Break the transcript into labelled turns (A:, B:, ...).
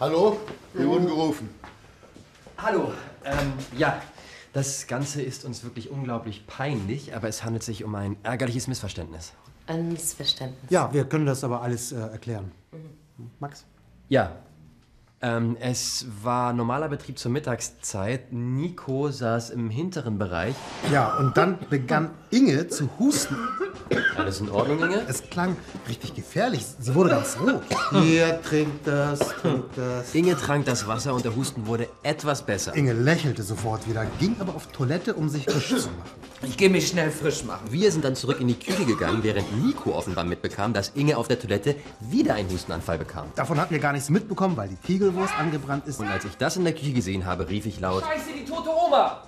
A: Hallo? Wir wurden gerufen.
B: Hallo. Ähm, ja, das Ganze ist uns wirklich unglaublich peinlich, aber es handelt sich um ein ärgerliches Missverständnis.
C: Ein Missverständnis.
D: Ja, wir können das aber alles äh, erklären.
A: Mhm.
D: Max?
B: Ja. Ähm, es war normaler Betrieb zur Mittagszeit. Nico saß im hinteren Bereich.
D: Ja, und dann begann Inge zu husten.
B: Alles in Ordnung, Inge?
D: Es klang richtig gefährlich. Sie wurde ganz rot.
A: Hier, trink das, trink das.
B: Inge trank das Wasser und der Husten wurde etwas besser.
D: Inge lächelte sofort wieder, ging aber auf Toilette, um sich frisch zu machen.
E: Ich gehe mich schnell frisch machen.
B: Wir sind dann zurück in die Küche gegangen, während Nico offenbar mitbekam, dass Inge auf der Toilette wieder einen Hustenanfall bekam.
D: Davon hatten wir gar nichts mitbekommen, weil die Kegelwurst angebrannt ist.
B: Und als ich das in der Küche gesehen habe, rief ich laut:
E: Scheiße, die tote Oma!